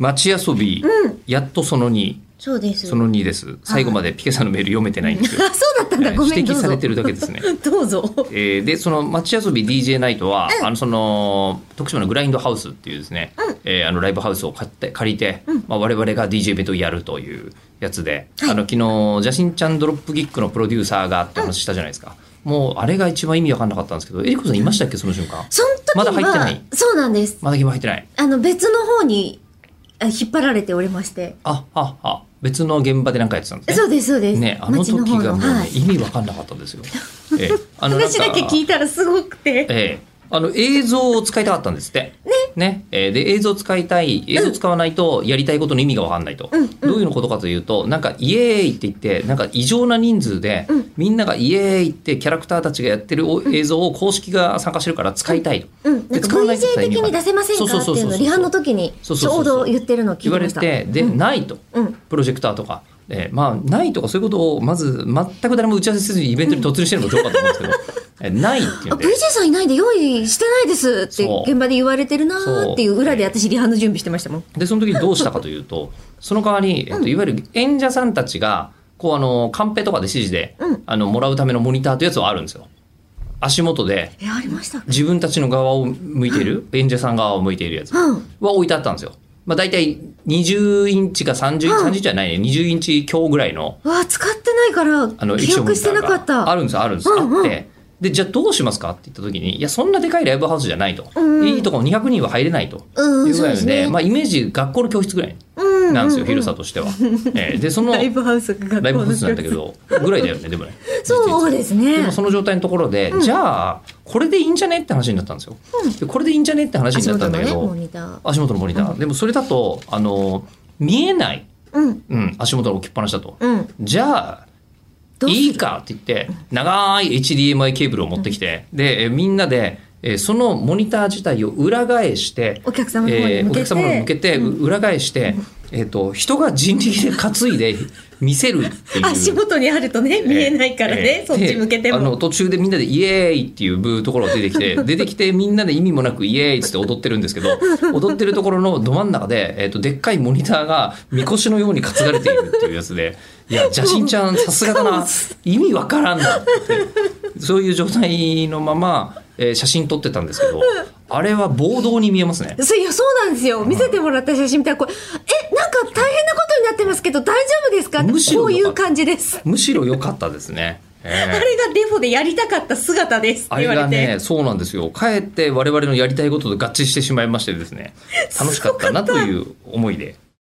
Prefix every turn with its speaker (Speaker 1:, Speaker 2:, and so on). Speaker 1: 街遊び、やっとその2
Speaker 2: そうです。
Speaker 1: その2です最後までピケさんのメール読めてないん ですよ
Speaker 2: あ、 そうだったんだ。
Speaker 1: えー
Speaker 2: ごめん。
Speaker 1: 指摘
Speaker 2: どうぞ
Speaker 1: されてるだけ ですね。
Speaker 2: どうぞ。
Speaker 1: えーでその街遊び DJ ナイトは、あのその徳島のグラインドハウスっていうですね、えーあのライブハウスを買って借りて、まあ、我々が DJ ベッドをやるというやつで、
Speaker 2: はい
Speaker 1: あの昨日邪神ちゃんドロップキックのプロデューサーがって話したじゃないですか、もうあれが一番意味わかんなかったんですけどえりこさんいましたっけその瞬間
Speaker 2: その時
Speaker 1: ま
Speaker 2: は、
Speaker 1: だ入ってない
Speaker 2: そうなんです。
Speaker 1: まだ今入ってない
Speaker 2: あの、別の方にあ引っ張られておりまして。
Speaker 1: あああ別の現場で何かやってたんですね
Speaker 2: そうです、そうです。
Speaker 1: ねあの時
Speaker 2: 街
Speaker 1: がもう、ね
Speaker 2: はい
Speaker 1: 意味わかんなかったんですよ、 えーあのなんか
Speaker 2: 話だけ聞いたらすごくて。
Speaker 1: ええあの映像を使いたかったんですって。ね。えーで映像使いたい映像使わないとやりたいことの意味が分かんないと、
Speaker 2: うんうん
Speaker 1: どういうのことかというとなんか「イエーイ!」って言ってなんか異常な人数で、
Speaker 2: うん
Speaker 1: みんなが「イエーイ!」ってキャラクターたちがやってるお映像を公式が参加してるから使いたいと。
Speaker 2: うん、なんか
Speaker 1: 使わない
Speaker 2: VJ
Speaker 1: 人は意味わ
Speaker 2: 的
Speaker 1: かん
Speaker 2: に
Speaker 1: ない
Speaker 2: 出せませんかって
Speaker 1: そう
Speaker 2: い
Speaker 1: そううそう
Speaker 2: の
Speaker 1: そう
Speaker 2: をリハの時にち
Speaker 1: そうそう
Speaker 2: ょ
Speaker 1: そう
Speaker 2: うど言ってるのを聞き
Speaker 1: 言わ
Speaker 2: ま
Speaker 1: れ
Speaker 2: した。
Speaker 1: てで、ないと
Speaker 2: うん、
Speaker 1: プロジェクターとか、えーまあないとかそういうことをまず全く誰も打ち合わせせずにイベントに突入してるのもどうかと思うんです けど、えーないってい
Speaker 2: あ
Speaker 1: うんで
Speaker 2: VJ さんいないで用意してないですって
Speaker 1: そう
Speaker 2: 現場で言われてるなーっていう裏で私リハの準備してましたもん。
Speaker 1: でその時にどうしたかというとその代わり、えっと、いわゆる演者さんたちがこうあのカンペとかで指示で、
Speaker 2: うん
Speaker 1: あのもらうためのモニターというやつはあるんですよ。足元で
Speaker 2: え、ありましたっけ
Speaker 1: 自分たちの側を向いている演者さん側を向いているやつは
Speaker 2: うん。
Speaker 1: 置いてあったんですよ。まあ、大体20インチか30インチ、
Speaker 2: うん
Speaker 1: 30インチじゃないね20インチ強ぐらいの
Speaker 2: わあ、使ってないから
Speaker 1: あの液
Speaker 2: 記
Speaker 1: 晶モ
Speaker 2: 憶
Speaker 1: ニ
Speaker 2: し
Speaker 1: タ
Speaker 2: てな
Speaker 1: ー
Speaker 2: かっ
Speaker 1: があ
Speaker 2: た。
Speaker 1: るんですあるんです、
Speaker 2: うんうん
Speaker 1: あってでじゃあどうしますかって言った時にいやそんなでかいライブハウスじゃないと、
Speaker 2: うん
Speaker 1: いいとこ200人は入れないと
Speaker 2: うんう
Speaker 1: いう
Speaker 2: ん、
Speaker 1: ぐ
Speaker 2: そう
Speaker 1: らいな
Speaker 2: です
Speaker 1: ので、
Speaker 2: ね。
Speaker 1: まあ、イメージ学校の教室ぐらい。
Speaker 2: うん
Speaker 1: なんですよ、
Speaker 2: うう
Speaker 1: 広さとしては。えーで、そのラ
Speaker 2: ライ
Speaker 1: イ
Speaker 2: ブハウスが学校の
Speaker 1: ブハウスなんだけど、ぐらいだよね、でもね。
Speaker 2: そうですね。
Speaker 1: でもその状態のところで、じゃあ、これでいいんじゃねって話になったんですよ。でこれでいいんじゃねって話に
Speaker 2: 足
Speaker 1: なった
Speaker 2: 元
Speaker 1: ん
Speaker 2: の
Speaker 1: だけ
Speaker 2: ね、モ
Speaker 1: ど、
Speaker 2: ニター。
Speaker 1: 足元のモニター。でもそれだと、あの、見えない、
Speaker 2: うん、
Speaker 1: うん、足元の置きっぱなしだと。
Speaker 2: うん。
Speaker 1: じゃあ、
Speaker 2: どうする
Speaker 1: いいかって言って、長い HDMI ケーブルを持ってきて、で、えーみんなで、えーそのモニター自体を裏返して、
Speaker 2: お客様の方に
Speaker 1: えー
Speaker 2: 向
Speaker 1: お
Speaker 2: け
Speaker 1: 客
Speaker 2: て。
Speaker 1: 様に向けてう裏返して、えー、と人が人力で担いで見せるっていう
Speaker 2: 足元にあるとね、見えないから
Speaker 1: え
Speaker 2: ね、
Speaker 1: ー
Speaker 2: そっち向けて
Speaker 1: であの
Speaker 2: も。
Speaker 1: 途中でみんなで「イエーイ!」っていうところが出てき て出てきてみんなで意味もなく「イエーイ!」っつって踊ってるんですけど踊ってるところのど真ん中で、えー、とでっかいモニターがみこしのように担がれているっていうやつで「いや邪神ちゃんさすがだな意味わからんな」ってそういう状態のまま、えー写真撮ってたんですけどあれは暴動に見えますね。
Speaker 2: そういやそうなんですよ見せてもらった写真見たらこれえなんか大変なことになってますけど大丈夫ですか
Speaker 1: むしろ
Speaker 2: こういう感じです
Speaker 1: むしろ良かったですね。え
Speaker 2: あ
Speaker 1: ー
Speaker 2: れがデフォでやりたかった姿ですって
Speaker 1: あれ
Speaker 2: 言われて
Speaker 1: がね、そうなんですよ。かえって我々のやりたいことと合致してしまいましてですね、楽しかったなという思いで、